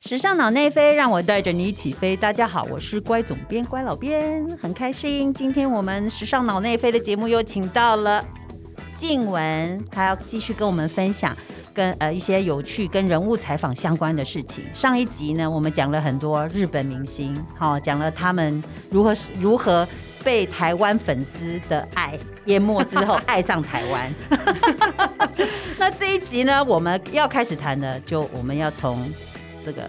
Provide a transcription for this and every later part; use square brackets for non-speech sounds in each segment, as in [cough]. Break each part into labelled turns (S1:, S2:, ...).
S1: 时尚脑内飞，让我带着你一起飞。大家好，我是乖总编乖老编，很开心。今天我们时尚脑内飞的节目又请到了静雯，她要继续跟我们分享跟呃一些有趣跟人物采访相关的事情。上一集呢，我们讲了很多日本明星，好、讲了他们如何如何被台湾粉丝的爱淹没之 [laughs] 后爱上台湾。那这一集呢，我们要开始谈的，就我们要从这个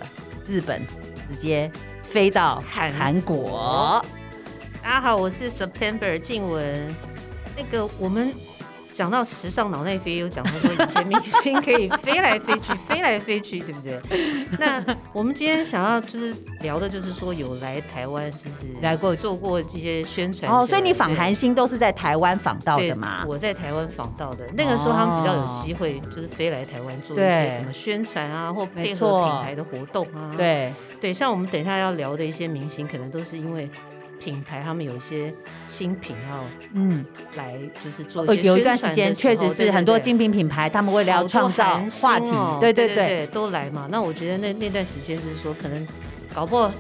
S1: 日本直接飞到
S2: 韩
S1: 韩国。
S2: 大家好，我是 September 静文。那个我们讲到时尚脑内飞，有讲到说以前明星可以飞来飞去，飞来飞去，对不
S1: [laughs]
S2: 对？那我们今天想要就是聊的，就是说有来台湾，就是
S1: 来过
S2: 做过这些宣传的
S1: 哦，所以你访韩星都是在台湾访到
S2: 对
S1: 的嘛？
S2: 我在台湾访到的，那个时候他们比较有机会，就是飞来台湾做一
S1: 对
S2: 些什么宣传啊，或
S1: 没
S2: 配合
S1: 错
S2: 品牌的活动啊。
S1: 对，
S2: 对，像我们等一下要聊的一些明星，可能都是因为品牌他们有一些新品要
S1: 嗯，
S2: 来就是做
S1: 呃，
S2: 哦一些
S1: 有一段时
S2: 宣传的
S1: 间
S2: 时
S1: 确实
S2: 候
S1: 是很多精品品牌，他们为了要创造话题，对
S2: 对
S1: 对对，
S2: 对好多韩星哦对对都来嘛。那我觉得那那段时间就是说，可能搞不好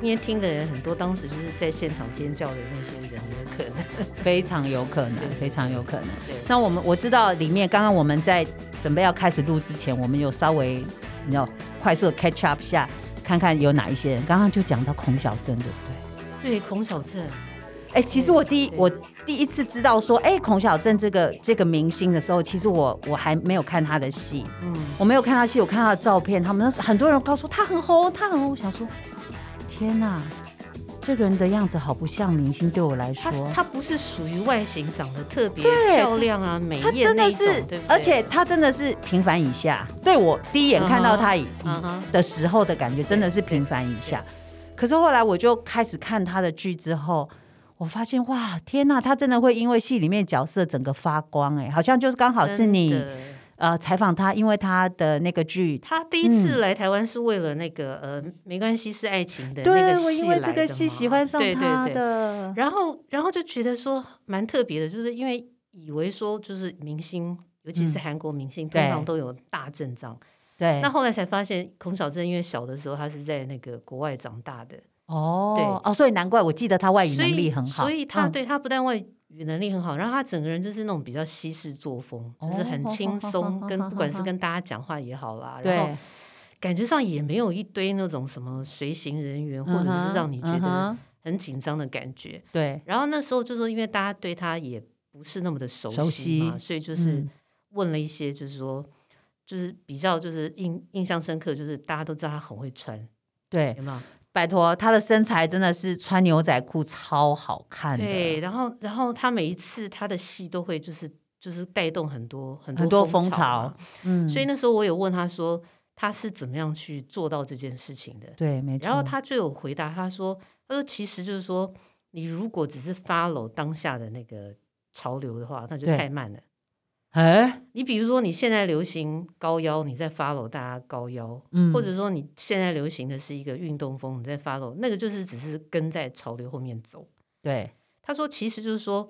S2: 因为听的人很多，当时就是在现场尖叫的那些人有可能。 [laughs]
S1: 非常有可能
S2: 对，
S1: 非常有可能
S2: 对。
S1: 那我们我知道里面，刚刚我们在准备要开始录之前，我们有稍微你知道快速地 catch up 下，看看有哪一些人。刚刚就讲到孔小珍，对不对？
S2: 对，孔小振，
S1: 哎、其实我第一
S2: 对
S1: 我第一次知道说，哎、孔小振这个这个明星的时候，其实我我还没有看他的戏，
S2: 嗯，
S1: 我没有看他戏，我看他的照片，他们那时很多人告诉我他很红，他很红，我想说，天哪、这个人的样子好不像明星，对我来
S2: 她
S1: 说，
S2: 她不是属于外形长得特别
S1: 对
S2: 漂亮啊、美
S1: 他
S2: 艳
S1: 真
S2: 那
S1: 的
S2: 一种
S1: 是，，
S2: 对不对？
S1: 而且他真的是平凡以下。对我第一眼看到他以
S2: 嗯哼
S1: 的时候的感觉，真的是平凡以下。可是后来我就开始看他的剧之后，我发现哇，天呐，他真的会因为戏里面角色整个发光哎、好像就是刚好是
S2: 真
S1: 你
S2: 的
S1: 呃采访他，因为他的那个剧。
S2: 他第一
S1: 嗯
S2: 次来台湾是为了那个、呃，没关系是爱情的那
S1: 对
S2: 个，
S1: 我
S2: 戏
S1: 因为
S2: 来的嘛
S1: 这个戏喜欢上他
S2: 对对对
S1: 的，
S2: 然后，然后就觉得说蛮特别的，就是因为以为说就是明星，尤其是韩国明星，通常
S1: 对
S2: 都有大阵仗。
S1: 嗯对
S2: 那后来才发现，孔小振因为小的时候他是在那个国外长大的，
S1: 哦
S2: 对
S1: 哦，所以难怪我记得他外语能力很好，
S2: 所以所以他
S1: 嗯
S2: 对他不但外语能力很好，然后他整个人就是那种比较西式作风，就是很
S1: 哦
S2: 轻松，跟
S1: [laughs]
S2: 不管是跟大家讲话也好啦，然后
S1: 对
S2: 感觉上也没有一堆那种什么随行人员，或者
S1: 嗯
S2: 是
S1: 哼
S2: 让你觉
S1: 嗯
S2: 得
S1: 哼
S2: 很紧张的感觉。
S1: 对
S2: 然后那时候就说，因为大家对他也不是那么的熟
S1: 熟
S2: 悉嘛，
S1: 悉
S2: 所以就是
S1: 嗯
S2: 问了一些，就是说，就是比较就是印印象深刻，就是大家都知道他很会穿，
S1: 对，
S2: 有没有？
S1: 拜托，她的身材真的是穿牛仔裤超好看
S2: 对，
S1: 的，
S2: 然后然后他每一次他的戏都会就是就是带动很多很
S1: 很多
S2: 风
S1: 风潮
S2: 嘛
S1: 嗯，
S2: 所
S1: 以
S2: 以那时候我有问他说，他是怎么样去做到这件事情的？
S1: 对，没错。
S2: 然后他就有回答，他说：“他说其实就是说，你如果只是 follow 当下的那个潮流的话，那就
S1: 对
S2: 太慢了。
S1: 哎，
S2: 你比如说你现在流行高腰，你在 follow 大家高腰，
S1: 嗯
S2: 或者说你现在流行的是一个运动风，你在 follow 那个就是只是跟在潮流后面走。
S1: 对
S2: 他说，其实就是说，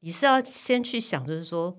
S2: 你是要先去想，就是说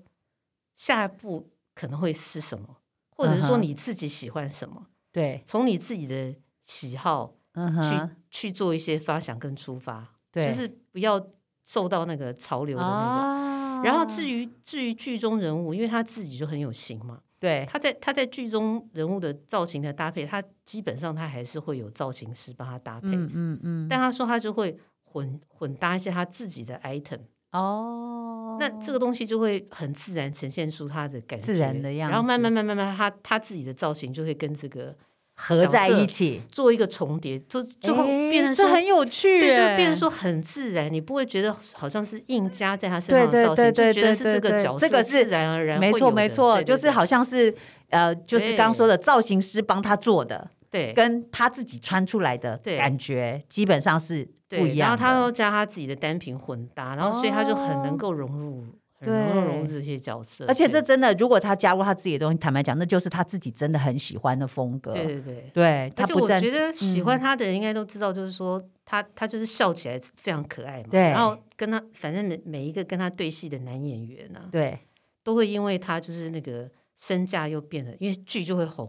S2: 下一步可能会是什么，或者是说
S1: 嗯哼
S2: 你自己喜欢什么，
S1: 对，
S2: 从你自己的喜好。”
S1: 嗯
S2: 去、
S1: 哼，
S2: 去做一些发想跟出发，
S1: 对，
S2: 就是不要受到那个潮流的那个。
S1: 啊
S2: 然后至于至于剧中人物，因为他自己就很有型嘛，
S1: 对
S2: 他在他在剧中人物的造型的搭配，他基本上他还是会有造型师帮他搭配，
S1: 嗯嗯嗯，
S2: 但他说他就会混混搭一些他自己的 item，、
S1: 哦，
S2: 那这个东西就会很自然呈现出他的感觉，
S1: 自然的样子
S2: 然后慢慢慢慢慢慢，他他自己的造型就会跟这个
S1: 合在一起，
S2: 做一个重叠，就就会
S1: 哎
S2: 变成
S1: 这
S2: 说
S1: 很有趣，
S2: 对，就
S1: 哎
S2: 变成说很自然，你不会觉得好像是硬加在他身
S1: 对
S2: 上
S1: 对
S2: 的造型，
S1: 对对
S2: 就觉得
S1: 对
S2: 是这
S1: 对
S2: 个
S1: 对
S2: 角色
S1: 这个是
S2: 自然而然会
S1: 没
S2: 有
S1: 错
S2: 的
S1: 没错，
S2: 对对
S1: 就是
S2: 对
S1: 好像是呃，就是
S2: 对
S1: 刚说的造型师帮他做的，
S2: 对
S1: 跟他自己穿出来的
S2: 对
S1: 感觉基本上是不
S2: 对，
S1: 一
S2: 然
S1: 样
S2: 后
S1: 的。哦
S2: 他都加他自己的单品混搭，然后所以他就很能够融入，很能够融入
S1: 对
S2: 这些角色，
S1: 而且这
S2: 对
S1: 真的，如果他加入他自己的东西，坦白讲，那就是他自己真的很喜欢的风格。
S2: 对对对。
S1: 对
S2: 而
S1: 他
S2: 且
S1: 不
S2: 我
S1: 占
S2: 觉得喜欢
S1: 嗯
S2: 他的人应该都知道，就是说他他就是笑起来非常可爱嘛。
S1: 对
S2: 然后跟他反正每每一个跟他对戏的男演员呢、
S1: 对，
S2: 都会因为他就是那个身价又变得，因为剧就会红，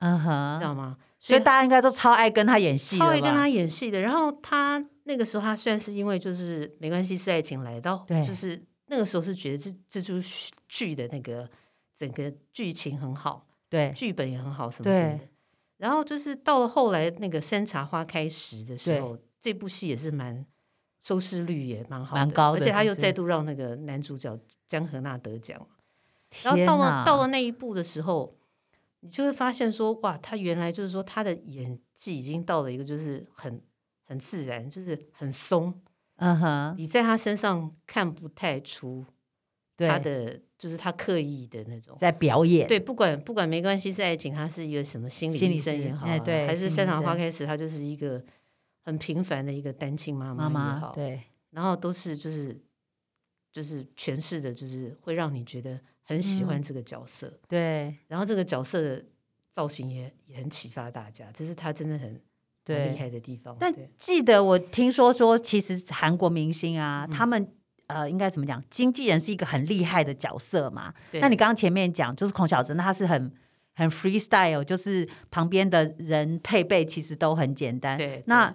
S1: 嗯
S2: 你知
S1: 哼，
S2: 道吗？
S1: 所以大家应该都超爱跟他演戏了
S2: 超
S1: 吧
S2: 爱跟他演戏的。然后他那个时候，他虽然是因为就是没关系是爱情来到，
S1: 对
S2: 就是那个时候是觉得这这出剧的那个整个剧情很好，
S1: 对
S2: 剧本也很好什么之类的
S1: 对。
S2: 然后就是到了后来那个山茶花开时的时候，这部戏也是蛮收视率也蛮好的，
S1: 蛮高的
S2: 而且他
S1: 是不
S2: 又
S1: 是
S2: 再度让那个男主角江河纳得奖。然后
S1: 天
S2: 到
S1: 哪，
S2: 了到了那一步的时候，你就会发现说，哇，他原来就是说他的演技已经到了一个就是很很自然，就是很松，
S1: 嗯哼，
S2: 你在他身上看不太出
S1: 对，
S2: 他的就是他刻意的那种。
S1: 在表演，
S2: 对，不管不管没关系是爱情，他是一个什么心理
S1: 心理
S2: 医生
S1: 师
S2: 也好啊、
S1: 哎对
S2: 还是
S1: 心理
S2: 生
S1: 医
S2: 长花
S1: 生
S2: 开始，他就是一个很平凡的一个单亲妈
S1: 妈
S2: 也
S1: 妈
S2: 好，
S1: 对
S2: 然后都是就是就是诠释的，就是会让你觉得很喜欢
S1: 嗯
S2: 这个角色。
S1: 对
S2: 然后这个角色的造型也也很启发大家，这是他真的很很厉
S1: 对。
S2: 害的地方。
S1: 但
S2: 对
S1: 记得我听说说，其实韩国明星啊，
S2: 嗯
S1: 他们呃，应该怎么讲？经纪人是一个很厉害的角色嘛。
S2: 对
S1: 那你刚刚前面讲，就是孔小珍，他是很很 freestyle，就是旁边的人配备其实都很简单。
S2: 对
S1: 那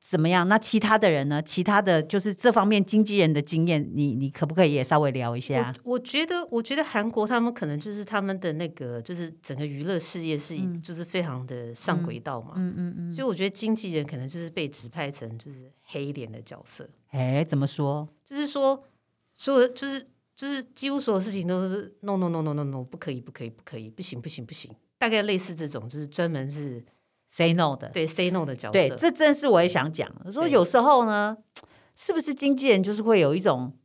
S1: 怎么样？那其他的人呢？其他的就是这方面经纪人的经验，你你可不可以也稍微聊一下？
S2: 我我觉得，我觉得韩国他们可能就是他们的那个，就是整个娱乐事业是一、
S1: 嗯
S2: 就是非常的上轨道嘛。
S1: 嗯嗯嗯。
S2: 所以我觉得经纪人可能就是被指派成就是黑脸的角色，
S1: 哎，怎么说？
S2: 就是说所有就是就是几乎所有事情都是 no no no no no no 不可以不可以不可以不行不行不行，大概类似这种就是专门是
S1: say no 的。
S2: 对 say no 的角色。
S1: 对，这正是我也想讲。我说
S2: 对
S1: 有时候呢，是不是经纪人就是会有一种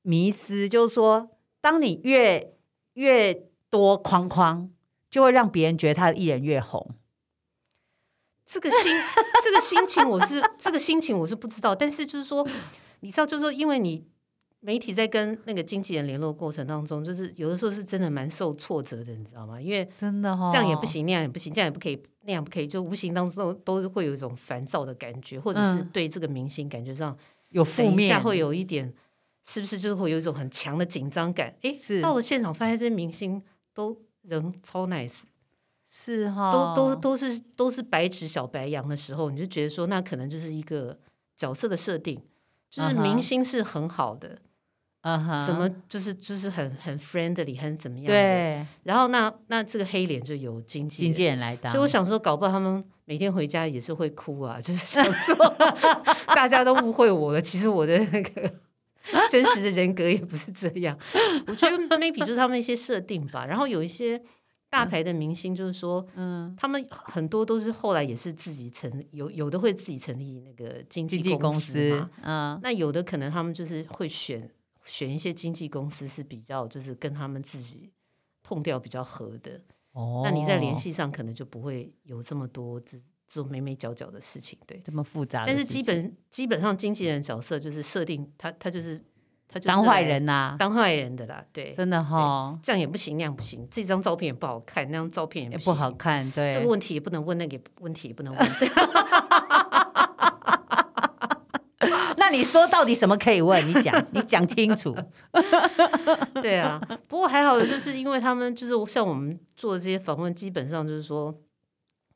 S1: 迷思，就是说，当你越越多框框，就会让别人觉得他的艺人越红。
S2: 这个心，这个心情，我是这个心情我是不知道，但是就是说，你知道，就是说，因为你媒体在跟那个经纪人联络过程当中，就是有的时候是真的蛮受挫折的，你知道吗？因为
S1: 真的哦
S2: 这样也不，行，那样也不行，这样也不可以，那样不可以，就无形当中都会有一种烦躁的感觉，或者是
S1: 嗯
S2: 对这个明星感觉上，
S1: 有
S2: 等
S1: 负
S2: 一下
S1: 面
S2: 会有一点，是不是就是会有一种很强的紧张感？诶，
S1: 是
S2: 到了现场发现这些明星都人超 nice。
S1: 是哈、
S2: 都都都是都是白纸小白羊的时候，你就觉得说那可能就是一个角色的设定，就是
S1: 嗯哼
S2: 明星是很好的
S1: 嗯哼
S2: 什么就是就是很很 friendly，很怎么样的。
S1: 对
S2: 然后那那这个黑脸就有经纪
S1: 经
S2: 人，
S1: 纪人来当，
S2: 所以我想说，搞不好他们每天回家也是会哭啊， [laughs] 就是想
S1: [laughs]
S2: 说大家都误会我了，其实我的那个 [laughs] 真实的人格也不是这样。我觉得 maybe 就是他们一些设定吧，然后有一些大牌的明星就是说。
S1: 嗯，
S2: 他们很多都是后来也是自己成有有的会自己成立那个经
S1: 经纪公
S2: 司
S1: 司
S2: 嘛，，
S1: 嗯，
S2: 那有的可能他们就是会选选一些经纪公司是比较就是跟他们自己痛调比较合的，
S1: 哦
S2: 那你在联系上可能就不会有这么多这这种眉眉角角的事情，对。
S1: 这么复杂的
S2: 但
S1: 事
S2: 是
S1: 情，
S2: 基本基本上经纪人角色就是设定他他就是他就是
S1: 当坏
S2: 来
S1: 人呐、
S2: 当坏人的啦，对，
S1: 真的哈、
S2: 这样也不行，那样不行，这张照片也不好看，那张照片也
S1: 也
S2: 不
S1: 不
S2: 行
S1: 好看，对，
S2: 这个问题也不能问，那个也问题也不能问。 [laughs]
S1: [laughs] 那你说到底什么可以问？你
S2: [laughs]
S1: 讲，你讲清楚。
S2: 对啊，不过还好，就是因为他们就是像我们做的这些访问，基本上就是说，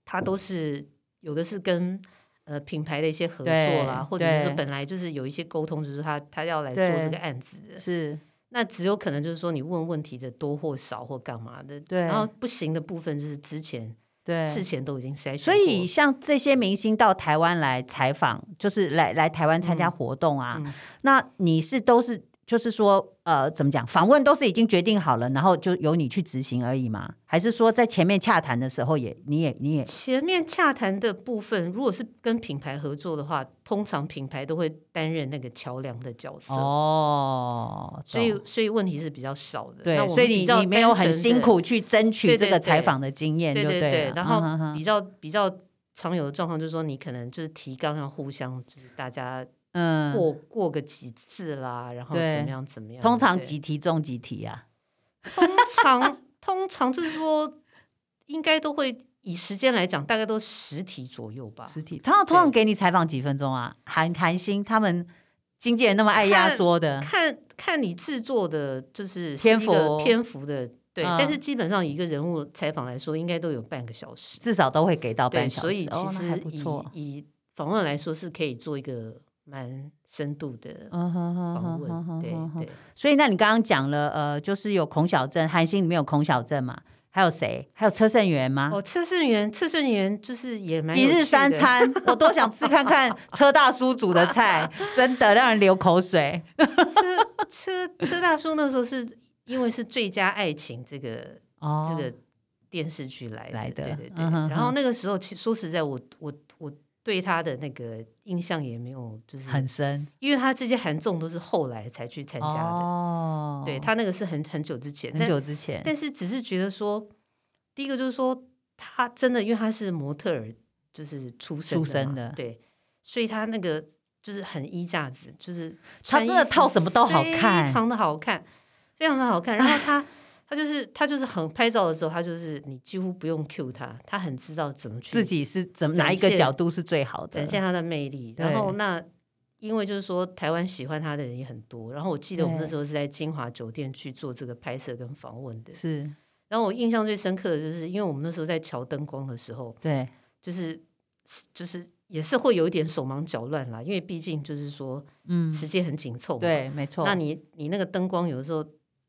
S2: 他都是有的是跟呃品牌的一些合作啦
S1: 对，
S2: 或者是说
S1: 对
S2: 本来就是有一些沟通，就是他他要来做这
S1: 对
S2: 个案子的，
S1: 是，
S2: 那只有可能就是说你问问题的多或少或干嘛的，
S1: 对
S2: 然后不行的部分就是之前
S1: 对。
S2: 事前都已经筛选过，
S1: 所以像这些明星到台湾来采访，就是来来台湾参加活动啊，
S2: 嗯嗯
S1: 那你是都是就是说呃怎么讲，访问都是已经决定好了，然后就由你去执行而已吗？还是说在前面洽谈的时候也你也你也
S2: 前面洽谈的部分，如果是跟品牌合作的话，通常品牌都会担任那个桥梁的角色。
S1: 哦，
S2: 所以
S1: 懂，
S2: 所以问题是比较少的。那
S1: 对，
S2: 我们
S1: 所以
S2: 比
S1: 你
S2: 较
S1: 你没有
S2: 单纯
S1: 很
S2: 的
S1: 辛，苦去争取
S2: 对
S1: 这
S2: 对
S1: 个
S2: 对
S1: 采访的经验就
S2: 对
S1: 了，
S2: 对对。然后
S1: 嗯哼哼
S2: 比较比较常有的状况就是说，你可能就是提纲要互相就是大家
S1: 嗯，
S2: 过过个几次啦，然后
S1: 对
S2: 怎么样怎么样。
S1: 通常
S2: 对
S1: 集体中集体啊，
S2: 通常通常就是说，应该都会以时间来讲，大概都十题左右吧。
S1: 实体，他通常给你采访几分钟啊？韩韩星他们经纪人那么爱压缩的，
S2: 看看你制作的，就是
S1: 篇
S2: 是一个
S1: 幅
S2: 篇幅的对，
S1: 嗯
S2: 但是基本上一个人物采访来说，应该都有半个小时。
S1: 至少都会给到
S2: 对，
S1: 半小时，
S2: 所以其
S1: 哦那还
S2: 实
S1: 不
S2: 以、
S1: 错。
S2: 以访问来说，是可以做一个蛮深度的
S1: 嗯哼哼
S2: 访
S1: 哼
S2: 问。
S1: 哼哼
S2: 对
S1: 哼哼
S2: 对，
S1: 所以，那你刚刚讲了，呃，就是有孔小镇，韩星里面有孔小镇嘛？还有谁？还有车胜元吗？
S2: 哦，车胜元，车胜元就是也蛮
S1: 一
S2: 有
S1: 日
S2: 趣
S1: 三
S2: 的。
S1: 餐，我都想吃看看车大叔煮的菜，真的让人流口水。
S2: [laughs] 车车车大叔那时候是因为是《最佳爱情》这个、
S1: 哦
S2: 这个电视剧来的，
S1: 来的
S2: 对对对。
S1: 嗯哼
S2: 然后那个时候，其实说实在，我我我对他的那个印象也没有，就是
S1: 很深
S2: 因为他这些韩综都是后来才去参加的，
S1: 哦
S2: 对他那个是很很久之前，
S1: 很
S2: 但
S1: 久之前，
S2: 但是只是觉得说，第一个就是说，他真的因为他是模特儿，就是出身
S1: 出身
S2: 嘛
S1: 的
S2: 对，所以他那个就是很衣架子，就是
S1: [laughs] 他
S2: 穿
S1: 真的
S2: 衣服
S1: 套什么都好看
S2: 非常的好看，非常的好看。然后他他就是他就是很拍照的时候，他就是你几乎不用 cue 他，他很知道怎么去
S1: 自己是怎么
S2: 展
S1: 哪一个
S2: 现
S1: 角度是最好的
S2: 展？现他的魅力。
S1: 对
S2: 然后那因为就是说，台湾喜欢他的人也很多。然后我记得我们
S1: 对
S2: 那时候是在金华酒店去做这个拍摄跟访问的。
S1: 是
S2: 然后我印象最深刻的就是，因为我们那时候在瞧灯光的时候，
S1: 对，
S2: 就是就是也是会有一点手忙脚乱啦，因为毕竟就是说
S1: 嗯，
S2: 时间很紧凑嘛。
S1: 对，没错。
S2: 那你你那个灯光有的时候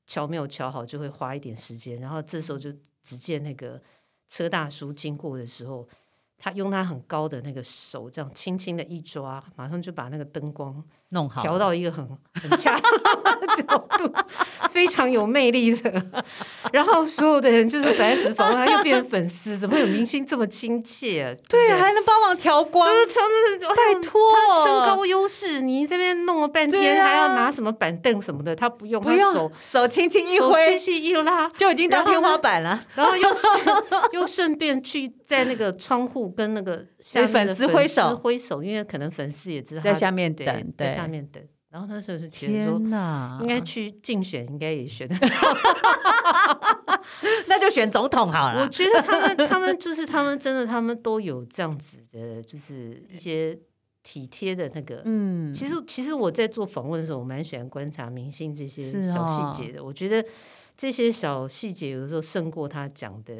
S2: 瞧没有瞧好，就会花一点时间。然后这时候就只见那个车大叔经过的时候，他用他很高的那个手这样轻轻的一抓，马上就把那个灯光
S1: 弄好
S2: 调到一个很 [laughs] 很恰当的角度，非常有魅力的。 [laughs] 然后所有的人就是本来只访问他，又变成粉丝，怎么会有明星这么亲切、啊？
S1: 对，
S2: 不
S1: 还能帮忙调光，
S2: 就是他们
S1: 拜托，
S2: 他身高优势，你这边弄了半
S1: 对
S2: 天，
S1: 啊
S2: 还要拿什么板凳什么的，他不用，
S1: 不
S2: 他
S1: 用
S2: 手
S1: 手轻轻一
S2: 手轻
S1: 挥
S2: 轻一拉，
S1: 就已经到
S2: 然后
S1: 天花
S2: 呢
S1: 板了，
S2: 然后又顺又顺便去在那个窗户跟那个下面的
S1: 对粉丝挥手
S2: 粉丝挥手，因为可能粉丝也知道他
S1: 在下面
S2: 对
S1: 等，
S2: 在
S1: 对，
S2: 下面等。然后那时候就觉得说，
S1: 天哪，
S2: 应该去竞选，应该也
S1: [laughs]
S2: 选得
S1: 那就选总统好
S2: 我
S1: 了。
S2: 觉得他们，他们就是他们，真的，他们都有这样子的，就是一些体贴的那个。
S1: 嗯，
S2: 其实，其实我在做访问的时候，我蛮喜欢观察明星这些
S1: 是
S2: 小
S1: 哦
S2: 细节的。我觉得这些小细节有的时候胜过他讲的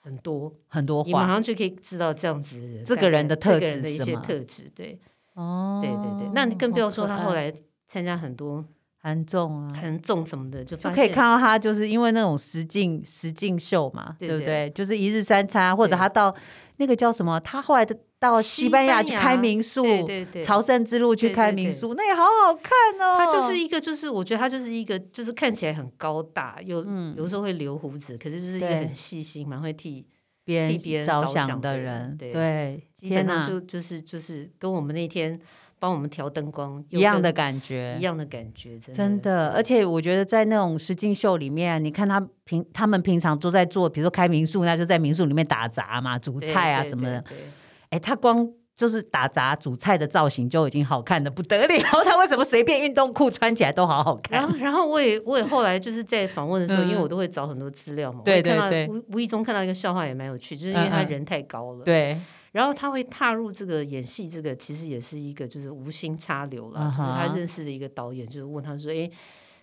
S2: 很多，
S1: 很多
S2: 你马
S1: 话
S2: 上就可以知道这样子的人
S1: 这个
S2: 大概
S1: 人的特
S2: 这个人
S1: 质
S2: 的一
S1: 是
S2: 些
S1: 吗
S2: 特质。对，
S1: 哦
S2: 对对对。那你更不要说他后
S1: 来。
S2: 来参加很多
S1: 韩综啊，
S2: 很重什么的，就
S1: 就
S2: 发
S1: 可以
S2: 现
S1: 看到他就是因为那种实境实境秀嘛，
S2: 对
S1: 对不
S2: 对
S1: 对？就是一日三餐，啊或者他到那个叫什么，他后来的到西班牙去开民宿，
S2: 对对对，
S1: 朝圣之路去
S2: 对
S1: 开
S2: 对
S1: 民
S2: 对
S1: 宿，那也好好看哦。
S2: 他就是一个，就是我觉得他就是一个，就是看起来很高大，又、
S1: 嗯
S2: 有时候会留胡子，可是就是一个
S1: 对
S2: 很细心，蛮会替，
S1: 别
S2: 替别
S1: 人
S2: 人
S1: 着
S2: 着
S1: 想
S2: 想
S1: 的
S2: 的
S1: 人，
S2: 人对基
S1: 天
S2: 本上
S1: 哪，
S2: 就就是就是跟我们那天帮我们调灯光
S1: 一样的
S2: 感
S1: 感觉，
S2: 一样的感觉，
S1: 真
S2: 真的。
S1: 的，而且我觉得在那种实境秀里面，你看他平他们平常都在做，比如说开民宿，那就在民宿里面打杂嘛、煮
S2: 对
S1: 菜啊
S2: 对
S1: 什么的。
S2: 对对
S1: 哎，他光就是打杂煮菜的造型就已经好看的不得了，他为什么随便运动裤穿起来都好好
S2: 然
S1: 看？
S2: 后，然后我也我也后来就是在访问的时候，因为
S1: 嗯
S2: 我都会找很多资料嘛，
S1: 对
S2: 我也看
S1: 对
S2: 到
S1: 对
S2: 无无意中看到一个笑话也蛮有趣，就是因为他
S1: 嗯嗯
S2: 人太高了，
S1: 对，
S2: 然后他会踏入这个演戏，这个其实也是一个就是无心插柳啦，
S1: 啊
S2: 就是
S1: 哈
S2: 他认识的一个导演，就是问他说：“哎，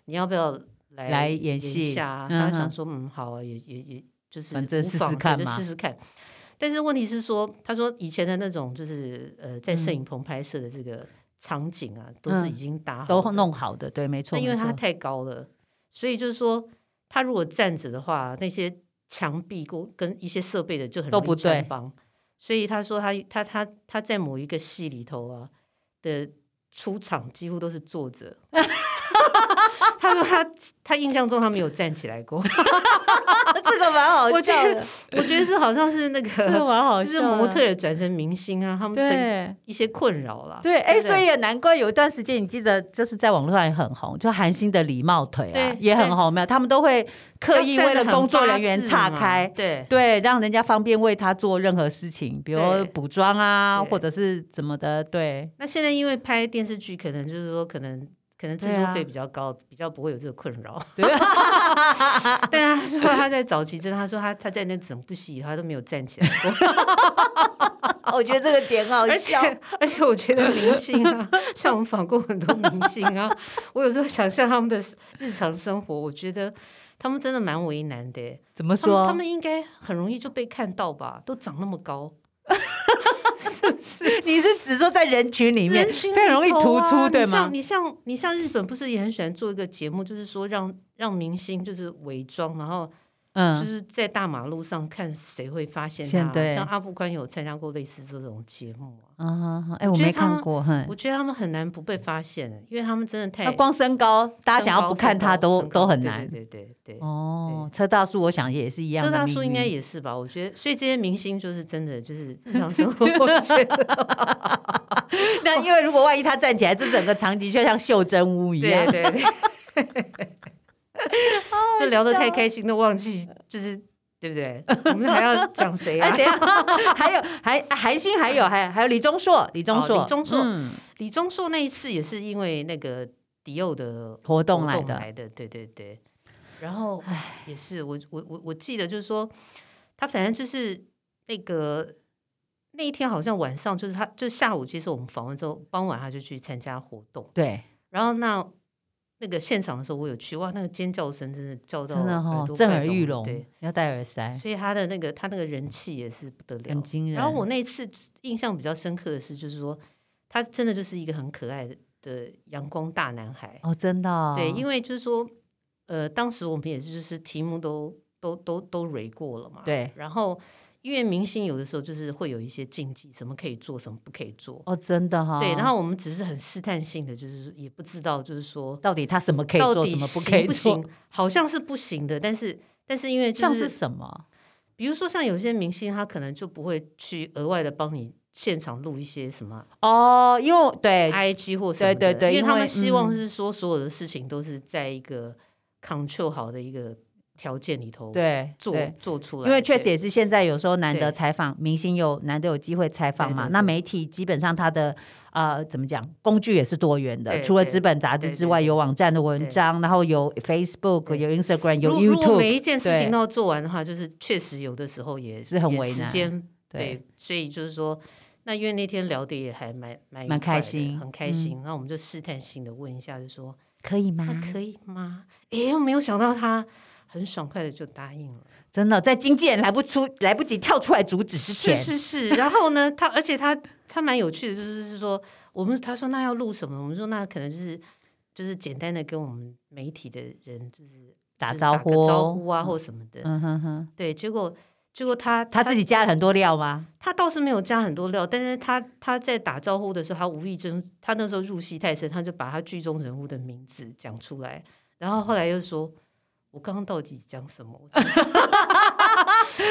S2: 你要不要来
S1: 来演
S2: 演
S1: 戏
S2: 一下啊？”
S1: 嗯
S2: 他
S1: 哼
S2: 想说：“嗯，好啊，也也也就是
S1: 反正
S2: 无
S1: 试
S2: 妨
S1: 试
S2: 对
S1: 看
S2: 就
S1: 嘛
S2: 试试看。”但是问题是说，他说以前的那种就是呃，在
S1: 嗯
S2: 摄影棚拍摄的这个场景啊，都是已经打好
S1: 都
S2: 的，
S1: 弄好的，对，没错，
S2: 那因为
S1: 没错
S2: 他太高了，所以就是说，他如果站着的话，那些墙壁跟跟一些设备的就很
S1: 都
S2: 容易
S1: 不对
S2: 穿帮。所以他说他他他他在某一个戏里头啊的出场几乎都是坐着。 [laughs] 他说他他印象中他没有站起来过， [laughs]
S1: [laughs] 这个蛮好
S2: 我觉
S1: 笑
S2: 得
S1: 的，
S2: 我觉得是好像是
S1: [laughs]
S2: 那
S1: 这个
S2: 个
S1: 蛮好
S2: 就
S1: 笑的，啊
S2: 是模特儿转成明星啊，他们的
S1: 对。
S2: 一些困扰啦。
S1: 对，哎，
S2: 真的
S1: 所以也难怪有一段时间，你记得就是在网络上也很红，就韩星的礼貌腿啊
S2: 对
S1: 也很红，没有？他们都会刻意
S2: 他
S1: 为
S2: 站得
S1: 了
S2: 很
S1: 工作人
S2: 八
S1: 员
S2: 字
S1: 岔
S2: 嘛
S1: 开，
S2: 对。
S1: 对，让人家方便为他做任何事情，比如
S2: 对
S1: 补妆啊，
S2: 对
S1: 或者是怎么的，对，
S2: 那现在因为拍电视剧，可能就是说，可能可能制
S1: 对啊
S2: 作费比较高，比较不会有这个困扰。
S1: 对啊
S2: [laughs] 但他说他在早期，真的，他说他他在那整部戏以后他都没有站起来过，
S1: 哦我觉得这个点 [laughs] 好
S2: 而且而且我觉得明星啊，像 [laughs] 我们访过很多明星啊，我有时候想象他们的日常生活，我觉得他们真的蛮为难的。欸
S1: 怎么
S2: 他们
S1: 说？
S2: 他们应该很容易就被看到吧？都长那么高，是不是？
S1: 你是指说在人群里面
S2: 人群
S1: 非常容易
S2: 里头
S1: 突
S2: 啊
S1: 出，
S2: 你
S1: 对
S2: 像
S1: 吗？
S2: 你像你像日本，不是也很喜欢做一个节目，就是说让让明星就是伪装，然后就
S1: 嗯，
S2: 是在大马路上看谁会发现
S1: 现
S2: 他。
S1: 对
S2: 像阿富宽有参加过类似这种节目啊，
S1: 啊哈，哎，
S2: 我
S1: 我
S2: 觉
S1: 没
S2: 得他
S1: 看
S2: 们
S1: 过，哼
S2: 我，觉得他们很难不被发现，因为他们真的
S1: 那
S2: 太
S1: 光身高，大家想要
S2: 身
S1: 不
S2: 高
S1: 看
S2: 身
S1: 他
S2: 高
S1: 都
S2: 身
S1: 都
S2: 高
S1: 很
S2: 对
S1: 难。
S2: 对对对对。
S1: 哦，车大叔，我想也是一样的
S2: 这
S1: 命
S2: 大
S1: 运。
S2: 叔应该也是吧？我觉得，所以这些明星就是真的，就是日常生活，我觉得
S1: [laughs] 那因为如果万一他站起来，这整个场景就像袖珍屋一
S2: 对
S1: 样。
S2: 对对，
S1: 哦
S2: 就聊得太开心，都忘记就是对不对？我们还要讲谁
S1: [laughs] 哎，
S2: 啊
S1: 等？一下，还有还韩星，还有还还有李钟硕，李钟
S2: 哦
S1: 硕，
S2: 李钟硕
S1: 嗯
S2: 李钟硕那一次也是因为那个迪奥的
S1: 活
S2: 动
S1: 动来的，
S2: 来的，对对对。然后也是我我我我记得就是说，他反正就是那个那一天好像晚上就是他就下午接受我们访问之后，傍晚他就去参加活动。
S1: 对，
S2: 然后那那个现场的时候，我有去，哇，那个尖叫声真的叫到
S1: 真的哈
S2: 朵，
S1: 震
S2: 快
S1: 耳欲聋
S2: 对，，
S1: 要戴耳塞，
S2: 所以他的那个他那个人气也是不得了
S1: 很。惊人。
S2: 然后我那次印象比较深刻的是，就是说他真的就是一个很可爱的的阳光大男孩。
S1: 哦，真的哦，
S2: 对，因
S1: 为
S2: 为就是说，呃，当时我们也是就是题目都都都都蕊过了嘛，
S1: 对，
S2: 然后因为明星有的时候就是会有一些禁忌，什么可以做，什么不可以做。
S1: 哦，真的哈，
S2: 对，然后我们只是很试探性的，就是也不知道，就是说
S1: 到底他什么可以
S2: 到
S1: 做，
S2: 底
S1: 什么不可
S2: 行
S1: 以
S2: 不
S1: 做，
S2: 行，好像是不行的，但是但是因为就
S1: 像
S2: 是
S1: 是什么？
S2: 比如说像有些明星，他可能就不会去额外的帮你现场录一些什么
S1: 哦，因为对
S2: IG 或什么的，
S1: 对对对
S2: 因为他
S1: 因为嗯
S2: 们希望是说所有的事情都是在一个 control 好的一个条件里头
S1: 对
S2: 做
S1: 对，
S2: 做出来，
S1: 因为确
S2: 对
S1: 实也是现在有时候难得
S2: 对
S1: 采访明星有难得有机会采访
S2: 对对
S1: 嘛，
S2: 对
S1: 那媒体基本上它的呃怎么讲工具也是多元的，
S2: 对
S1: 除了
S2: 对
S1: 纸本杂志
S2: 对
S1: 之
S2: 对
S1: 外，
S2: 对
S1: 有网站的文
S2: 对
S1: 章，然后有 Facebook、
S2: 对
S1: 有 Instagram、有
S2: 如如果每
S1: YouTube，
S2: 一件事
S1: 对
S2: 情都要做完的话，就是确实有的时候也
S1: 是很
S2: 也
S1: 为难
S2: 时间
S1: 对
S2: 对，所以就是说，那因为那天聊的也还蛮蛮愉
S1: 蛮开
S2: 快的
S1: 心嗯
S2: 很开心。那我们就试探性的问一下，就说
S1: 可以
S2: 那
S1: 吗？
S2: 可以吗？诶，我没有想到他很爽快的就答应了。
S1: 真的在经纪人来不出来不及跳出来阻止之
S2: 是
S1: 前，
S2: 是是， [laughs] 然后呢，他而且他他蛮有趣的，就是是说，我们他说那要录什么？我们说那可能就是就是简单的跟我们媒体的人就是
S1: 打
S2: 就是
S1: 招
S2: 个
S1: 呼，哦
S2: 招呼啊或什么的。
S1: 嗯哼哼，
S2: 对，结果结果他
S1: 他自己加了很多料吗？
S2: 他倒是没有加很多料，但是他他在打招呼的时候，他无意中他那时候入戏太深，他就把他剧中人物的名字讲出来，然后后来又说：“我刚刚到底讲什么？”我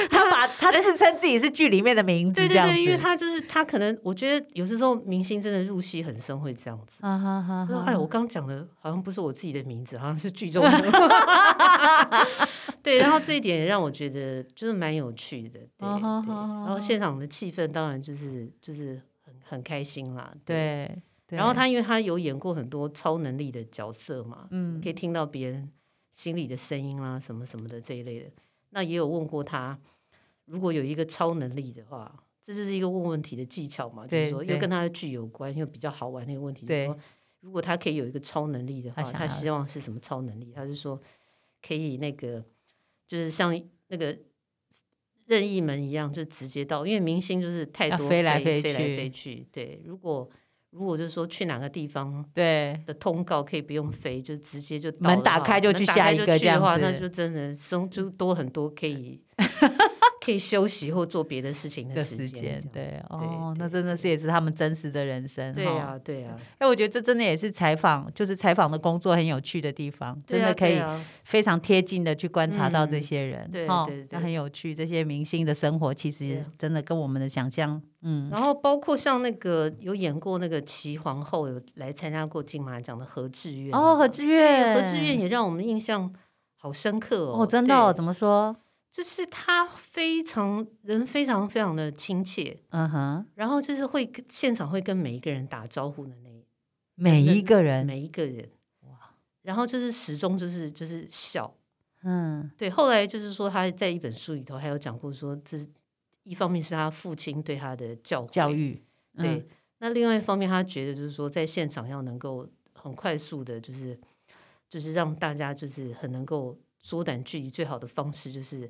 S1: 他把他自称自己是剧里面的名字，
S2: 对
S1: 这
S2: 对
S1: 样
S2: 对，因为
S1: 子。
S2: 他就是他可能我觉得有时候明星真的入戏很深会这样子。
S1: 啊哈哈
S2: 他说
S1: 哈！：“
S2: 哎，我刚讲的好像不是我自己的名字，好像是剧中
S1: [laughs]
S2: 人物。” [laughs] 对，然后这一点也让我觉得就是蛮有趣的，对对。
S1: 啊哈哈哈
S2: 然后现场的气氛当然就是就是很很开心啦，
S1: 对，对
S2: 然后他因为他有演过很多超能力的角色嘛，
S1: 嗯
S2: 可以听到别人心里的声音啦，什么什么的这一类的。那也有问过他，如果有一个超能力的话，这就是一个问问题的技巧嘛，就
S1: 对
S2: 是说
S1: 对
S2: 又跟他的剧有关，又比较好玩的一个问题。就是
S1: 对
S2: 说如果他可以有一个超能力的
S1: 他
S2: 话，
S1: 想
S2: 他
S1: 要
S2: 希望是什么超能力？他就说可以那个，就是像那个。任意门一样，就直接到，因为明星就是太
S1: 要
S2: 多
S1: 啊飞来
S2: 飞
S1: 飞
S2: 来
S1: 去
S2: 飞去。对，如果如果就是说去哪个地方
S1: 对
S2: 的通告可以不用飞，就直接就到
S1: 门
S2: 的
S1: 打
S2: 话
S1: 开就
S2: 门
S1: 去
S2: 打
S1: 下
S2: 开
S1: 一
S2: 就
S1: 个
S2: 去
S1: 这
S2: 的
S1: 样
S2: 话
S1: 子
S2: 那就真的生就多很多
S1: [laughs]
S2: 可以可以休息或做别的事情
S1: 的
S2: 时
S1: 时间，
S2: 这样
S1: 对哦，
S2: 对
S1: 那
S2: 对
S1: 真的是也是他们真实的人生，
S2: 对
S1: 哈。
S2: 啊，对啊，
S1: 哎，我觉得这真的也是采访，就是采访的工作很有趣的地方，
S2: 对
S1: 真
S2: 啊
S1: 的可
S2: 对
S1: 以
S2: 啊
S1: 非常贴近的去观察到这
S2: 嗯
S1: 些人，
S2: 对
S1: 哈
S2: 对对
S1: 那很有趣。这些明星的生活其
S2: 对
S1: 实
S2: 啊
S1: 真的跟我们的想象，嗯，
S2: 然后包括像那个有演过那个《齐皇后》，有来参加过金马奖的何志远啊
S1: 哦，何志远，
S2: 何志远也让我们印象好深刻哦，
S1: 哦，真的哦，
S2: 对
S1: 怎么说？
S2: 就是他非常人非常非常的亲切，
S1: 嗯哼，
S2: 然后就是会跟现场会跟每一个人打招呼的那一
S1: 每一个人，
S2: 每一个人，然后就是始终就是就是笑。
S1: 嗯，
S2: 对，后来就是说他在一本书里头还有讲过说，这是一方面是他父亲对他的教诲
S1: 教，育，
S2: 对。
S1: 嗯，
S2: 那另外一方面，他觉得就是说在现场要能够很快速的，就是就是让大家就是很能够缩短距离最好的方式就是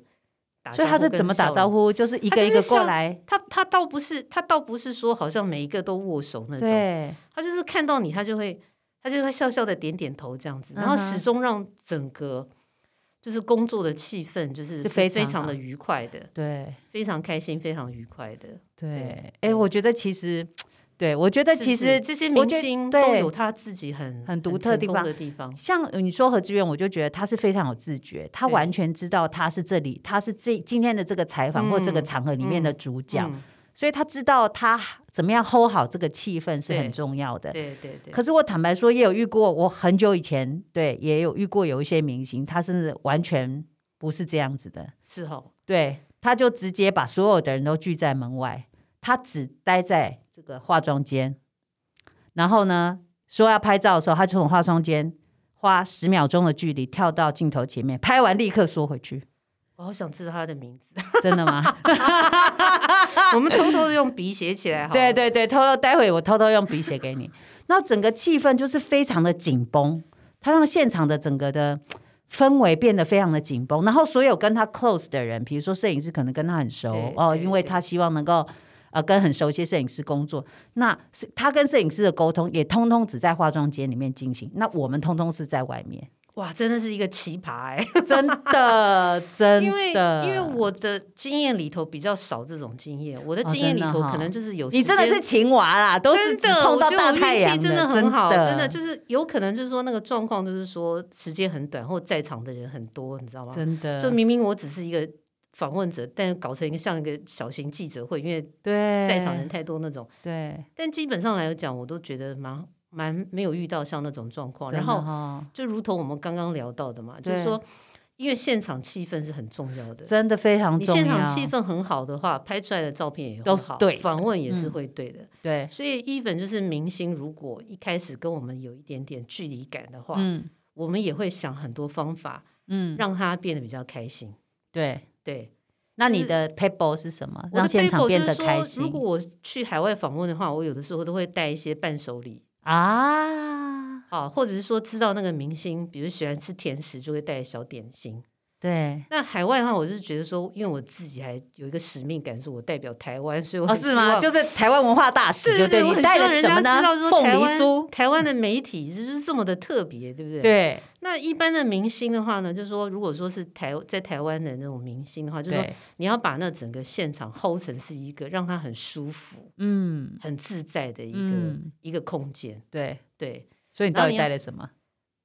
S2: 打招呼。
S1: 所以他是怎么打招？呼？就是一个一个过来，
S2: 他他倒不是他倒不是说好像每一个都握手那种，
S1: 对，
S2: 他就是看到你，他就会他就会笑笑的点点头这样子，然后
S1: 嗯哼
S2: 始终让整个就是工作的气氛就是
S1: 是
S2: 是
S1: 非
S2: 非
S1: 常
S2: 常
S1: 好
S2: 的愉快的，
S1: 对
S2: 非常开心，非常愉快的。
S1: 对
S2: 对。
S1: 哎，我觉得其实，对我觉得
S2: 是
S1: 其
S2: 是
S1: 实
S2: 这些
S1: 我
S2: 明
S1: 觉得
S2: 星
S1: 对
S2: 都有他自己很
S1: 很独特的
S2: 成
S1: 地
S2: 功
S1: 方
S2: 的地方，
S1: 像你说何志远，我就觉得他是非常有自觉，他
S2: 对
S1: 完全知道他是这里，他是这今天的这个采访
S2: 嗯
S1: 或这个场合里面的主角，
S2: 嗯
S1: 所以他知道他怎么样 hold 好这个气氛是很
S2: 对
S1: 重要的。
S2: 对对对，
S1: 可是我坦白说，也有遇过，我很久以前对也有遇过有一些明星，他甚至完全不是这样子的，
S2: 是哦，
S1: 对，他就直接把所有的人都拒在门外，他只待在这个化妆间，然后呢，说要拍照的时候，他就从化妆间花十秒钟的距离跳到镜头前面，拍完立刻缩回去，
S2: 我好想知道他的名字。
S1: 真的吗？
S2: 我们偷偷的用笔写起来
S1: 啊
S2: 好了。
S1: 对对对，偷偷待会我偷偷用笔写给
S2: [laughs]
S1: 你，那整个气氛就是非常的紧绷，他让现场的整个的。氛围变得非常的紧绷，然后所有跟他 close 的人，比如说摄影师，可能跟他很熟
S2: 对
S1: 哦，
S2: 对
S1: 因为
S2: 对
S1: 他希望能够呃跟很熟悉的摄影师工作。那是他跟摄影师的沟通也通通只在化妆间里面进行，那我们通通是在外
S2: [laughs]
S1: 面，
S2: 哇，真的是一个奇葩哎、
S1: 真的真的，
S2: 因为因为我的经验里头比较少这种经验，我的
S1: 哦
S2: 经验里
S1: 真的
S2: 头
S1: 哈
S2: 可能就是有时
S1: 你真的
S2: 间
S1: 是晴娃啦，都是
S2: 真
S1: 只
S2: 的，
S1: 碰
S2: 我
S1: 到
S2: 觉得
S1: 大
S2: 我
S1: 太阳
S2: 运气真
S1: 的
S2: 很好，真
S1: 的
S2: 就是有可能就是说那个状况就是说时间很短或在场的人很多，你知道吗？
S1: 真的
S2: 就明明我只是一个访问者，但搞成一个像一个小型记者会，因为
S1: 对
S2: 在场人太多那种。
S1: 对，
S2: 但基本上来讲，我都觉得蛮蛮没有遇到像那种状况。
S1: 真
S2: 然
S1: 的
S2: 后
S1: 哈
S2: 就如同我们刚刚聊到的嘛，
S1: 对
S2: 就是说，因为现场气氛是很重要的。
S1: 真的非常
S2: 你
S1: 重要，
S2: 现场气氛很好的话，拍出来的照片也会
S1: 都是
S2: 好，
S1: 对的嗯
S2: 访问也是会对的。
S1: 对，
S2: 所以，even 就是明星，如果一开始跟我们有一点点距离感的话，
S1: 嗯
S2: 我们也会想很多方法
S1: 嗯，
S2: 让他变得比较开心。
S1: 对。
S2: 对，
S1: 那
S2: 就是
S1: 你的 pebble 是什么？
S2: 我
S1: 让
S2: 的
S1: 现场
S2: paper
S1: 变
S2: 就
S1: 得
S2: 是说
S1: 开心
S2: 如果我去海外访问的话，我有的时候都会带一些伴手礼
S1: 啊？
S2: 啊，或者是说知道那个明星，比如喜欢吃甜食，就会带小点心。
S1: 对，
S2: 那海外的话，我是觉得说，因为我自己还有一个使命感，是我代表台湾，所以我
S1: 哦，
S2: 很
S1: 是
S2: 希
S1: 吗？
S2: 望
S1: 就是台湾文化大使，
S2: 对对
S1: 对
S2: 对，我
S1: 你
S2: 很
S1: 带
S2: 希
S1: 了
S2: 望人
S1: 什么
S2: 家
S1: 呢
S2: 知道说？
S1: 凤梨
S2: 台湾
S1: 酥，
S2: 台湾的媒体就是这么的特别，对不对？。
S1: 对
S2: 那一般的明星的话呢，就是说，如果说是台在台湾的那种明星的话，就是说
S1: 对，
S2: 你要把那整个现场 hold 成是一个让他很舒服、
S1: 嗯
S2: 很自在的一个、
S1: 嗯，
S2: 一个空间。
S1: 对。
S2: 对，
S1: 所以你
S2: 然
S1: 到
S2: 后
S1: 底
S2: 你要
S1: 带了什么？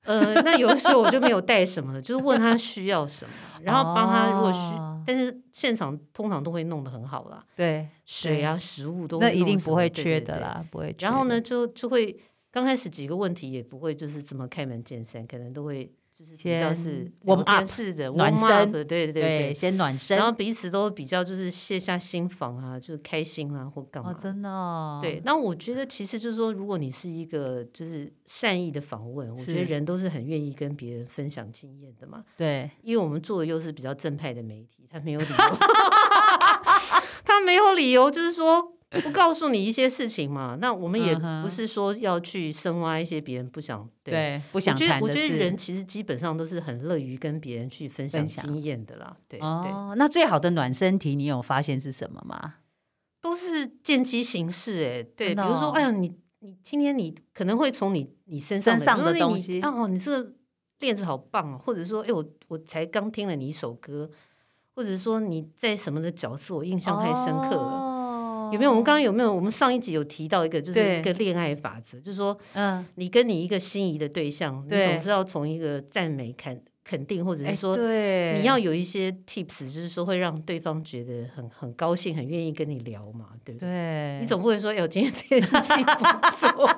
S2: 呃，那有的时候我就没有带什么了，就是问他需要什么，然后帮他如果需，
S1: 哦
S2: 但是现场通常都会弄得很好啦，
S1: 对，
S2: 水啊、食物都会
S1: 那一
S2: 弄
S1: 定
S2: 什
S1: 不
S2: 么
S1: 会
S2: 对
S1: 缺
S2: 对
S1: 的
S2: 对
S1: 啦，不会缺。
S2: 然后呢，？就就会刚开始几个问题也不会就是这么开门见山，可能都会就是比较是
S1: 先 warm
S2: 聊天
S1: up，
S2: 式的
S1: 暖
S2: warm up，
S1: 身
S2: 对对
S1: 对，
S2: 对。
S1: 先暖身哦
S2: 然后彼此都比较就是卸下心防啊，就是开心啊或干嘛
S1: 哦，
S2: 的。
S1: 真的哦，
S2: 对，那我觉得其实就是说，如果你是一个就是善意的访问，我觉
S1: 是
S2: 得人都是很愿意跟别人分享经验的嘛。
S1: 对，
S2: 因为我们做的又是比较正派的媒体，他没有
S1: [laughs]
S2: 理由， [laughs] 他没有理由就是说不告诉你一些事情嘛。那我们也
S1: 嗯哼
S2: 不是说要去深挖一些别人不想对。
S1: 对，不
S2: 我
S1: 想
S2: 觉得，
S1: 谈
S2: 我
S1: 的
S2: 觉得人
S1: 是
S2: 其实基本上都是很乐于跟别人去分享
S1: 分享
S2: 经验的啦，对对，
S1: 哦。那最好的暖身题，你有发现是什么吗？
S2: 都是见机行事哎，对，
S1: 真的
S2: 比如说，
S1: 哦
S2: 哎呀，你你今天你可能会从你你身上
S1: 身上
S2: 比
S1: 的
S2: 如说你
S1: 东西
S2: 你哦，你这个链子好棒哦，或者说，哎，我我才刚听了你一首歌，或者说你在什么的角色我印象太深刻了，
S1: 哦
S2: 有没有？我们刚刚有没有？我们上一集有提到一个，就是
S1: 对
S2: 一个恋爱法则，就是说
S1: 嗯，
S2: 你跟你一个心仪的对象，你
S1: 对
S2: 总是要从一个赞美肯肯定，或者
S1: 哎
S2: 是说。
S1: 对，
S2: 你要有一些 tips，就是说会让对方觉得很很高兴，很愿意跟你聊嘛，对不对？
S1: 对，
S2: 你总不会说，哎、我今天天气不错，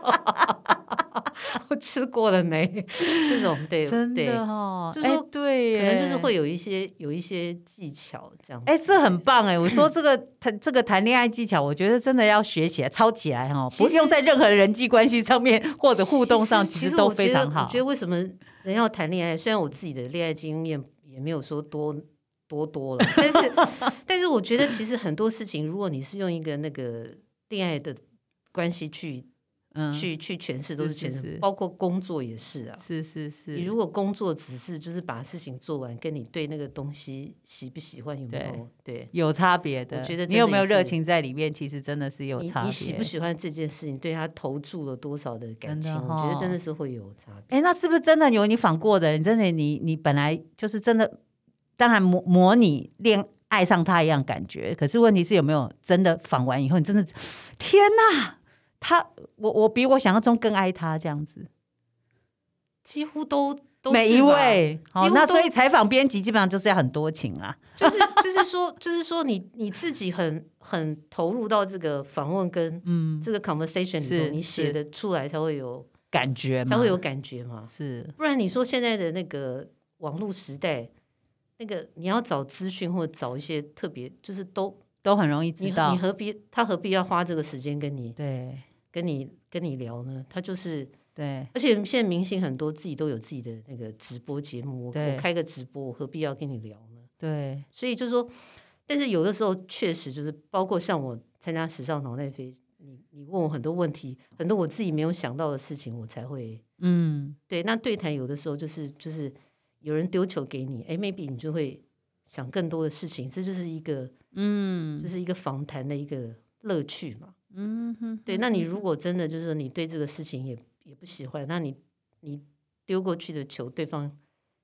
S2: [laughs] 我吃过了没？这种对
S1: 真
S2: 对，
S1: 的哦，
S2: 就
S1: 哎
S2: 说
S1: 对
S2: 可
S1: 耶，
S2: 能就是会有一些有一些技巧这样子。
S1: 哎，这很棒哎！我说这个谈这个谈恋爱技巧，我觉得真的要学起来、抄起来哈、哦，
S2: 其
S1: 不
S2: 实
S1: 用在任何人际关系上面或者互动上，
S2: 其
S1: 实
S2: 实
S1: 都
S2: 我觉
S1: 非
S2: 得
S1: 常好
S2: 我觉。得为什么人要谈恋爱？虽然我自己的恋爱经验也没有说多多多了，但是但是我觉得其实很多事情，如果你是用一个那个恋爱的关系去
S1: 嗯，
S2: 去去诠释，都是
S1: 是是
S2: 诠释
S1: 是，
S2: 包括工作也是啊。
S1: 是是是，
S2: 你如果工作只是就是把事情做完，跟你对那个东西喜不喜欢有没有对？
S1: 有差别的，
S2: 我觉得
S1: 你
S2: 真
S1: 有
S2: 的
S1: 没有
S2: 也是
S1: 热情在里面，其实真的是有
S2: 你
S1: 差
S2: 你喜
S1: 别
S2: 不。喜欢这件事情，对他投注了多少的感
S1: 真的
S2: 情？我觉
S1: 哦
S2: 得真的是会有差别。
S1: 哎，那是不是真的有你仿过的？你真的你你本来就是真的，当然模模拟恋爱上他一样感觉，可是问题是有没有真的仿完以后，你真的天哪，他我我比我想象中更爱他这样子，
S2: 几乎都都
S1: 每
S2: 是
S1: 一
S2: 吧
S1: 位。好，
S2: 几乎
S1: 那
S2: 都
S1: 所以采访编辑基本上就是要很多情啊。
S2: 就是就是说，就是说你你自己很很投入到这个访问跟
S1: 嗯，
S2: 这个 conversation 里
S1: 是
S2: 头，你写
S1: 是
S2: 的出来才会有
S1: 感觉嘛
S2: 才会有感觉嘛。
S1: 是
S2: 不然你说现在的那个网络时代，那个你要找资讯或找一些特别，就是都
S1: 都很容易
S2: 你
S1: 知
S2: 你
S1: 道，
S2: 何必他何必要花这个时间跟你
S1: 对
S2: 跟你跟你聊呢？他就是，
S1: 对
S2: 而且现在明星很多自己都有自己的那个直播节目，我
S1: 对
S2: 我开个直播，我何必要跟你聊呢？
S1: 对，
S2: 所以就是说，但是有的时候确实就是，包括像我参加时尚脑内飞，你你问我很多问题，很多我自己没有想到的事情，我才会
S1: 嗯，
S2: 对。那对谈有的时候就是就是有人丢球给你，哎，maybe 你就会想更多的事情，这就是一个嗯，就是一个访谈的一个乐趣嘛。嗯哼，对。那你如果真的就是说你对这个事情也也不喜欢，那你你丢过去的球，对方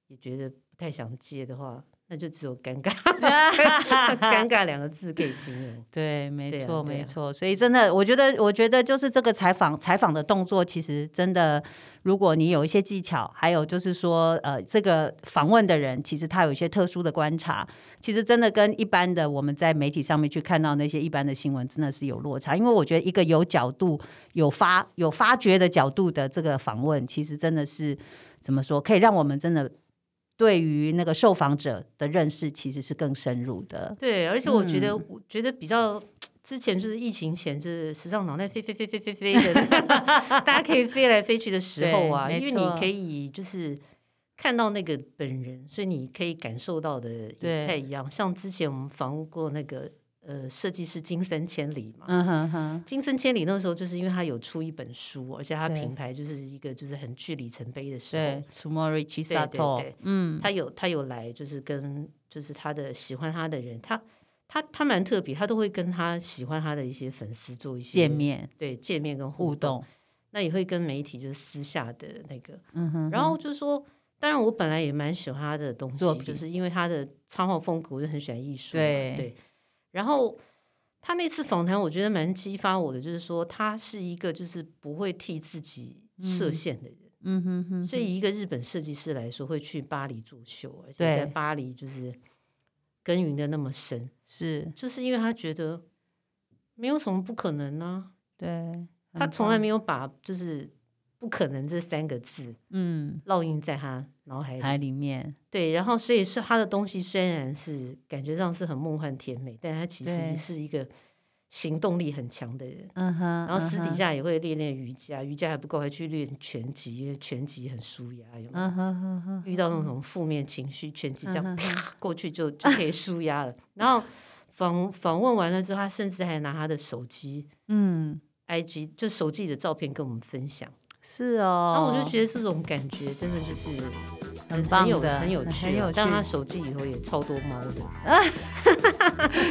S2: 也觉得不太想接的话。那就只有尴尬， [laughs] 尴尬两个字可以形容。
S1: 对，没
S2: 对啊
S1: 错，
S2: 对
S1: 没
S2: 啊
S1: 错。所以真的，我觉得，我觉得就是这个采访采访的动作，其实真的，如果你有一些技巧，还有就是说，呃，这个访问的人其实他有一些特殊的观察，其实真的跟一般的我们在媒体上面去看到那些一般的新闻真的是有落差。因为我觉得一个有角度、有发有发掘的角度的这个访问，其实真的是怎么说，可以让我们真的。对于那个受访者的认识其实是更深入的，
S2: 对，而且我觉
S1: 嗯
S2: 得，我觉得比较之前就是疫情前，就是时尚脑袋飞飞飞飞飞飞
S1: [laughs]
S2: 的，大家可以飞来飞去的时候啊，
S1: 对
S2: 因
S1: 没
S2: 为
S1: 错
S2: 你可以就是看到那个本人，所以你可以感受到的也不
S1: 对
S2: 太一样。像之前我们访问过那个呃设计师金森千里嘛，
S1: 嗯哼哼，
S2: 金森千里那时候就是因为他有出一本书，而且他
S1: 对
S2: 品牌就是一个就是很具里程碑的时候
S1: 对，，s u m o r i c h i s a
S2: 对
S1: t
S2: 对
S1: o
S2: 对，
S1: 嗯，
S2: 他有他有来，就是跟就是他的喜欢他的人，他他他蛮特别，他都会跟他喜欢他的一些粉丝做一些
S1: 见，面
S2: 对见面跟互
S1: 互
S2: 动，
S1: 动，
S2: 那也会跟媒体就是私下的那个，
S1: 嗯哼，
S2: 然后就是说，当然我本来也蛮喜欢他的东
S1: 作
S2: 西，
S1: 品
S2: 就是因为他的插画风格，我就很喜欢艺术嘛，
S1: 对
S2: 对，然后。他那次访谈，我觉得蛮激发我的，就是说他是一个就是不会替自己设限的人。
S1: 嗯哼哼，
S2: 所以，一个日本设计师来说，会去巴黎作秀，而且
S1: 对
S2: 在巴黎就是耕耘的那么深，
S1: 是
S2: 就是因为他觉得没有什么不可能呢、
S1: 对，
S2: 他从来
S1: 没
S2: 没有把就是“不可能”这三个字
S1: 嗯
S2: 烙印在他脑海里。
S1: 海里面，
S2: 对，然后所以是他的东西虽然是感觉上是很梦幻甜美，但他其
S1: 对
S2: 实是一个行动力很强的人。
S1: 嗯哼，
S2: 然后私
S1: 嗯
S2: 底
S1: 哼，
S2: 下也会练练瑜伽，瑜伽还不够，还去练拳击，因为拳击很舒压，有没有？
S1: 嗯哼哼哼，
S2: 遇到那种负面情绪，拳击
S1: 嗯
S2: 这样
S1: 哼
S2: 啪过去就就可以舒
S1: [laughs]
S2: 压了。然后访访问完了之后，他甚至还拿他的手机、
S1: 嗯，
S2: IG 就手机里的照片跟我们分享。
S1: 是哦，
S2: 然后我就觉得这种感觉真的就是
S1: 很棒
S2: 有
S1: 的
S2: 很有趣
S1: 很
S2: 啊。
S1: 有
S2: 但
S1: 趣
S2: 他手机里头也超多猫的。
S1: 得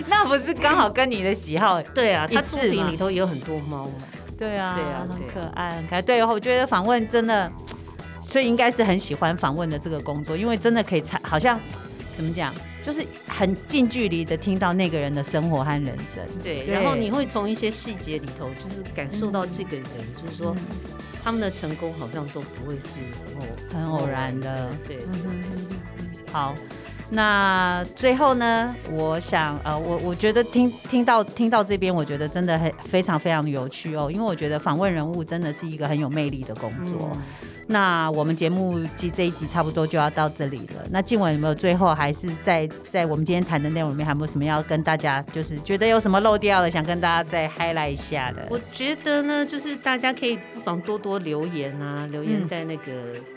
S1: 那不是刚好跟你的喜好，
S2: 对啊，
S1: 一
S2: 他作
S1: 致嘛
S2: 品里头也有很多猫嘛。
S1: 对啊，
S2: 对啊
S1: 很
S2: 对啊
S1: 可爱，很可爱。对，我觉得访问真的，所以应该是很喜欢访问的这个工作，因为真的可以采，好像怎么讲，就是很近距离的听到那个人的生活和人生。
S2: 对，
S1: 对
S2: 然后你会从一些细节里头，就是感受到这个人，就是说
S1: 嗯
S2: 他们的成功好像都不会是
S1: 很偶然的。
S2: 对。
S1: 嗯哼嗯哼嗯哼好，那最后呢，我想呃，我我觉得听听到听到这边，我觉得真的很非常非常有趣哦，因为我觉得访问人物真的是一个很有魅力的工作。
S2: 嗯
S1: 那我们节目及这一集差不多就要到这里了。那静文有没有最后还是在在我们今天谈的内容里面，还有没有什么要跟大家，就是觉得有什么漏掉了，想跟大家再 highlight 一下的？
S2: 我觉得呢，就是大家可以不妨多多留言啊，留
S1: 嗯
S2: 言在那个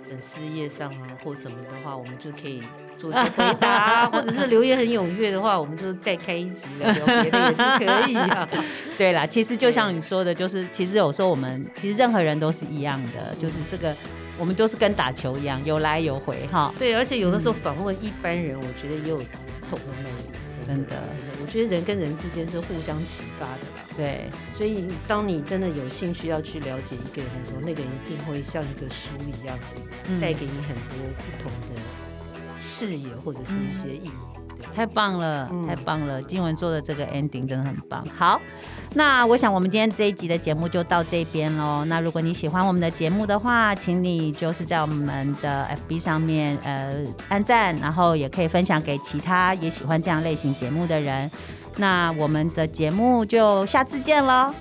S2: 粉丝页上啊，或什么的话，我们就可以做一些回答啊，或者是留言很踊跃的话，我们就再开一集聊聊别的也是可
S1: [laughs]
S2: 以啊。
S1: 对啦，其实就像你说的，就是其实有时候我们其实任何人都是一样的，就是这个我们都是跟打球一样，有来有回哈。
S2: 对，而且有的时候访问一般人，我觉得也有不同的魅力。
S1: 真的，
S2: 我觉得人跟人之间是互相启发的吧。
S1: 对，
S2: 所以，当你真的有兴趣要去了解一个人的时候，那个人一定会像一个书一样，
S1: 嗯
S2: 带给你很多不同的视野或者是一些意义。
S1: 太棒了，
S2: 嗯
S1: 太棒了！金文做的这个 ending 真的很棒。好，那我想我们今天这一集的节目就到这边喽。那如果你喜欢我们的节目的话，请你就是在我们的 FB 上面呃按赞，然后也可以分享给其他也喜欢这样类型节目的人。那我们的节目就下次见喽！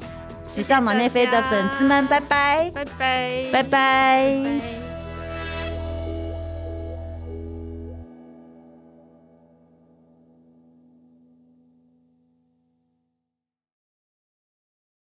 S1: 时尚马内菲的粉丝们，拜拜，
S2: 拜拜，
S1: 拜拜。
S2: 拜